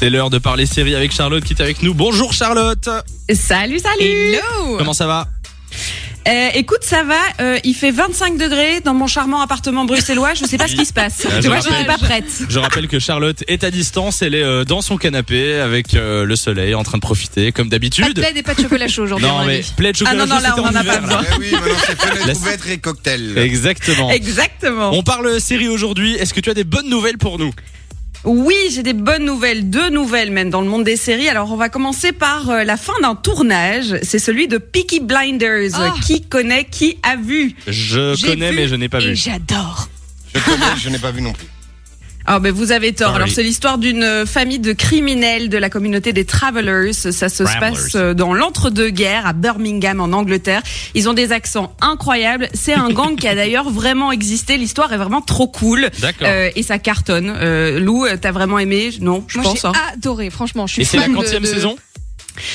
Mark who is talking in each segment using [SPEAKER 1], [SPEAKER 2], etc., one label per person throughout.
[SPEAKER 1] C'est l'heure de parler série avec Charlotte qui est avec nous. Bonjour Charlotte
[SPEAKER 2] Salut, salut
[SPEAKER 3] Hello
[SPEAKER 1] Comment ça va
[SPEAKER 2] Euh, Écoute, ça va, euh, il fait 25 degrés dans mon charmant appartement bruxellois, je sais pas ce qui se passe.
[SPEAKER 1] Ah, je
[SPEAKER 2] tu vois,
[SPEAKER 1] rappelle.
[SPEAKER 2] j'étais pas prête.
[SPEAKER 1] Je rappelle que Charlotte est à distance, elle est euh, dans son canapé avec euh, le soleil en train de profiter comme
[SPEAKER 3] Pas de
[SPEAKER 1] d'habitude.
[SPEAKER 3] plaid et pas de chocolat chaud aujourd'hui. à
[SPEAKER 1] Non
[SPEAKER 3] mon
[SPEAKER 1] mais
[SPEAKER 3] avis.
[SPEAKER 1] plaid
[SPEAKER 2] Ah
[SPEAKER 1] chocolat
[SPEAKER 2] non, non,
[SPEAKER 1] chaud,
[SPEAKER 2] là,
[SPEAKER 1] c'était
[SPEAKER 2] on en
[SPEAKER 1] en
[SPEAKER 2] a pas
[SPEAKER 1] hiver, là.
[SPEAKER 2] besoin.
[SPEAKER 4] Eh oui, maintenant c'est
[SPEAKER 1] La-
[SPEAKER 4] fenêtre ouverte et cocktail.
[SPEAKER 1] Exactement.
[SPEAKER 2] Exactement.
[SPEAKER 1] On parle série aujourd'hui. Est-ce que tu as des bonnes nouvelles pour nous
[SPEAKER 2] Oui, j'ai des bonnes nouvelles, deux nouvelles même dans le monde des séries. Alors, on va commencer par euh, la fin d'un tournage. C'est celui de Peaky Blinders.
[SPEAKER 3] Ah.
[SPEAKER 2] Qui connaît, qui a vu
[SPEAKER 1] Je
[SPEAKER 3] J'ai
[SPEAKER 1] connais
[SPEAKER 3] vu
[SPEAKER 1] mais je n'ai pas
[SPEAKER 3] Et
[SPEAKER 1] vu.
[SPEAKER 3] j'adore.
[SPEAKER 4] Je connais, je n'ai pas vu non plus.
[SPEAKER 2] Ah ben vous avez tort.
[SPEAKER 1] Ah
[SPEAKER 2] Alors
[SPEAKER 1] oui.
[SPEAKER 2] c'est l'histoire d'une euh, famille de criminels de la communauté des Travelers. Ça se
[SPEAKER 1] Travelers.
[SPEAKER 2] passe euh, dans l'entre-deux-guerres à Birmingham en Angleterre. Ils ont des accents incroyables. C'est un gang qui a d'ailleurs vraiment existé. L'histoire est vraiment trop cool.
[SPEAKER 1] D'accord.
[SPEAKER 2] Euh, et ça cartonne. Euh, Lou, euh, t'as vraiment aimé Non, je
[SPEAKER 3] Moi
[SPEAKER 2] pense.
[SPEAKER 3] j'ai
[SPEAKER 2] hein.
[SPEAKER 3] adoré, franchement. Je suis
[SPEAKER 1] Et c'est la
[SPEAKER 3] fan de-
[SPEAKER 1] quantième
[SPEAKER 3] de-
[SPEAKER 1] saison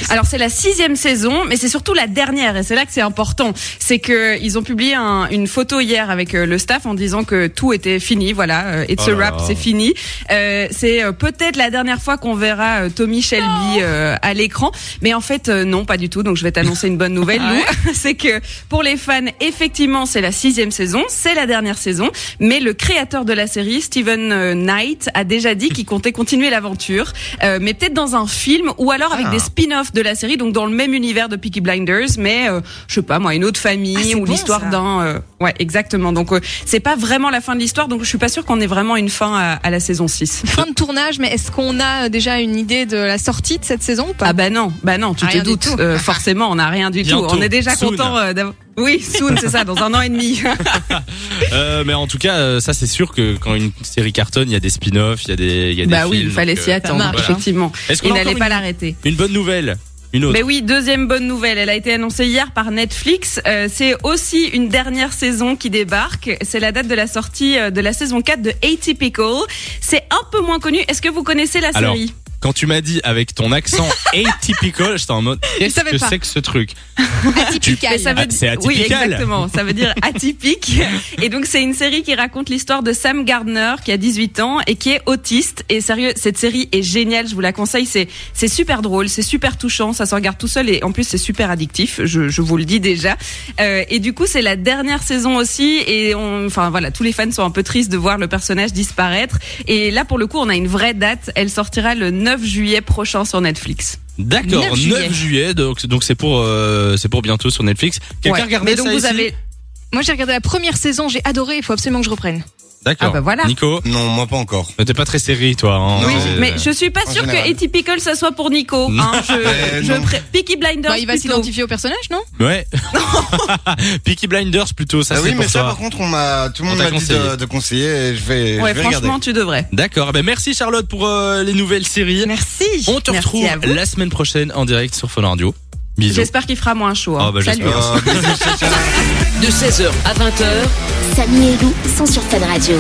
[SPEAKER 2] Alors c'est la sixième saison, mais c'est surtout la dernière, et c'est là que c'est important. C'est que ils ont publié un- une photo hier avec euh, le staff en disant que tout était fini, voilà, euh, it's
[SPEAKER 1] Oh
[SPEAKER 2] a
[SPEAKER 1] là
[SPEAKER 2] wrap,
[SPEAKER 1] là.
[SPEAKER 2] c'est fini. Euh, c'est euh, peut-être la dernière fois qu'on verra euh, Tommy Shelby euh, à l'écran, mais en fait euh, non, pas du tout. Donc je vais t'annoncer une bonne nouvelle,
[SPEAKER 3] Ah
[SPEAKER 2] Lou. c'est que pour les fans, effectivement, c'est la sixième saison, c'est la dernière saison, mais le créateur de la série, Steven euh, Knight, a déjà dit qu'il comptait continuer l'aventure, euh, mais peut-être dans un film ou alors avec
[SPEAKER 4] Ah.
[SPEAKER 2] des spin-off de la série, donc dans le même univers de Peaky Blinders, mais euh, je sais pas moi, une autre
[SPEAKER 3] Ah,
[SPEAKER 2] famille
[SPEAKER 3] c'est
[SPEAKER 2] ou
[SPEAKER 3] bon,
[SPEAKER 2] l'histoire
[SPEAKER 3] ça.
[SPEAKER 2] d'un. euh, ouais, exactement. Donc euh, c'est pas vraiment la fin de l'histoire, donc je suis pas sûre qu'on ait vraiment une fin à, à la saison 6.
[SPEAKER 3] Fin de tournage, mais est-ce qu'on a euh, déjà une idée de la sortie de cette saison ou pas
[SPEAKER 2] Ah bah non, bah non, tu
[SPEAKER 3] Rien
[SPEAKER 2] te
[SPEAKER 3] du
[SPEAKER 2] doutes,
[SPEAKER 3] tout.
[SPEAKER 2] euh, forcément, on n'a rien du
[SPEAKER 1] Bientôt,
[SPEAKER 2] tout. On est déjà
[SPEAKER 1] soon.
[SPEAKER 2] content euh, d'avoir. Oui, soon, c'est ça, dans un an et demi.
[SPEAKER 1] Euh, mais en tout cas, euh, ça c'est sûr que quand une série cartonne, il y a des spin-offs, il y a des, il y a des
[SPEAKER 2] bah oui,
[SPEAKER 1] films,
[SPEAKER 2] il fallait
[SPEAKER 1] donc,
[SPEAKER 2] s'y
[SPEAKER 1] euh,
[SPEAKER 2] attendre,
[SPEAKER 3] marche, hein.
[SPEAKER 2] effectivement.
[SPEAKER 1] Est-ce qu'on
[SPEAKER 2] Il
[SPEAKER 1] a
[SPEAKER 2] n'allait
[SPEAKER 1] encore
[SPEAKER 2] pas l'arrêter.
[SPEAKER 1] une, une bonne nouvelle Une autre
[SPEAKER 2] Mais oui, deuxième bonne nouvelle, elle a été annoncée hier par Netflix. Euh, c'est aussi une dernière saison qui débarque. C'est la date de la sortie euh, de la saison 4 de Atypical. C'est un peu moins connu. Est-ce que vous connaissez la
[SPEAKER 1] Alors,
[SPEAKER 2] série
[SPEAKER 1] Quand tu m'as dit avec ton accent atypical, j'étais en mode qu'est-ce
[SPEAKER 3] savais
[SPEAKER 1] que
[SPEAKER 3] pas.
[SPEAKER 1] c'est que ce truc
[SPEAKER 3] Atypical.
[SPEAKER 2] Mais ça veut
[SPEAKER 1] Ah, c'est
[SPEAKER 2] Oui,
[SPEAKER 1] atypical.
[SPEAKER 2] exactement. Ça veut dire atypique. Et donc, c'est une série qui raconte l'histoire de Sam Gardner, qui a 18 ans et qui est autiste. Et sérieux, cette série est géniale. Je vous la conseille. C'est, c'est super drôle. C'est super touchant. Ça se regarde tout seul. Et en plus, c'est super addictif. Je, je vous le dis déjà. Euh, et du coup, c'est la dernière saison aussi. Et on, enfin, voilà, tous les fans sont un peu tristes de voir le personnage disparaître. Et là, pour le coup, on a une vraie date. Elle sortira le 9 juillet prochain sur Netflix.
[SPEAKER 1] D'accord, 9
[SPEAKER 3] 9
[SPEAKER 1] juillet,
[SPEAKER 3] juillet.
[SPEAKER 1] donc donc c'est pour euh, c'est pour bientôt sur Netflix. Quelqu'un
[SPEAKER 2] Ouais.
[SPEAKER 1] regardait
[SPEAKER 2] Mais donc,
[SPEAKER 1] ça
[SPEAKER 2] vous
[SPEAKER 1] ici
[SPEAKER 2] avez,
[SPEAKER 3] Moi j'ai regardé la première saison, j'ai adoré, il faut absolument que je reprenne.
[SPEAKER 1] D'accord.
[SPEAKER 2] Ah bah voilà.
[SPEAKER 1] Nico,
[SPEAKER 4] Non, moi pas encore.
[SPEAKER 1] t'es pas très série toi. hein.
[SPEAKER 4] Oui,
[SPEAKER 1] Euh,
[SPEAKER 2] Mais je suis pas
[SPEAKER 4] en
[SPEAKER 2] sûre
[SPEAKER 4] général.
[SPEAKER 2] que Atypical ça soit pour Nico.
[SPEAKER 1] Non.
[SPEAKER 2] Hein, je,
[SPEAKER 4] Euh,
[SPEAKER 2] je
[SPEAKER 4] non.
[SPEAKER 2] pré- Peaky Blinders.
[SPEAKER 3] Bah, il va
[SPEAKER 2] plutôt.
[SPEAKER 3] s'identifier au personnage, non
[SPEAKER 1] Ouais. Peaky Blinders plutôt, ça
[SPEAKER 4] ah
[SPEAKER 1] c'est
[SPEAKER 4] oui,
[SPEAKER 1] pour
[SPEAKER 4] mais ça
[SPEAKER 1] toi.
[SPEAKER 4] par contre, on m'a tout le
[SPEAKER 1] On
[SPEAKER 4] monde
[SPEAKER 1] t'a
[SPEAKER 4] m'a dit
[SPEAKER 1] conseillé.
[SPEAKER 4] de, de conseiller et je vais,
[SPEAKER 2] Ouais,
[SPEAKER 4] je vais regarder.
[SPEAKER 2] franchement, tu devrais.
[SPEAKER 1] D'accord. Ah bah, merci Charlotte pour euh, les nouvelles séries.
[SPEAKER 3] Merci.
[SPEAKER 1] On te
[SPEAKER 2] Merci
[SPEAKER 1] retrouve
[SPEAKER 2] à vous.
[SPEAKER 1] la semaine prochaine en direct sur Fun Radio. Bisous.
[SPEAKER 2] J'espère qu'il fera moins chaud. hein.
[SPEAKER 1] Ah bah,
[SPEAKER 2] Salut.
[SPEAKER 1] j'espère.
[SPEAKER 4] Euh, bisous, ciao, ciao.
[SPEAKER 5] De 16h à 20h,
[SPEAKER 6] Samy et Lou sont sur Fun Radio.